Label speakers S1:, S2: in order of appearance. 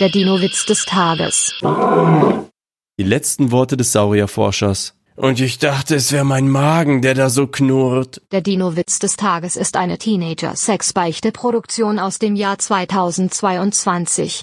S1: Der Dino-Witz des Tages.
S2: Die letzten Worte des Saurierforschers.
S3: Und ich dachte, es wäre mein Magen, der da so knurrt.
S1: Der Dino-Witz des Tages ist eine Teenager-Sex-Beichte-Produktion aus dem Jahr 2022.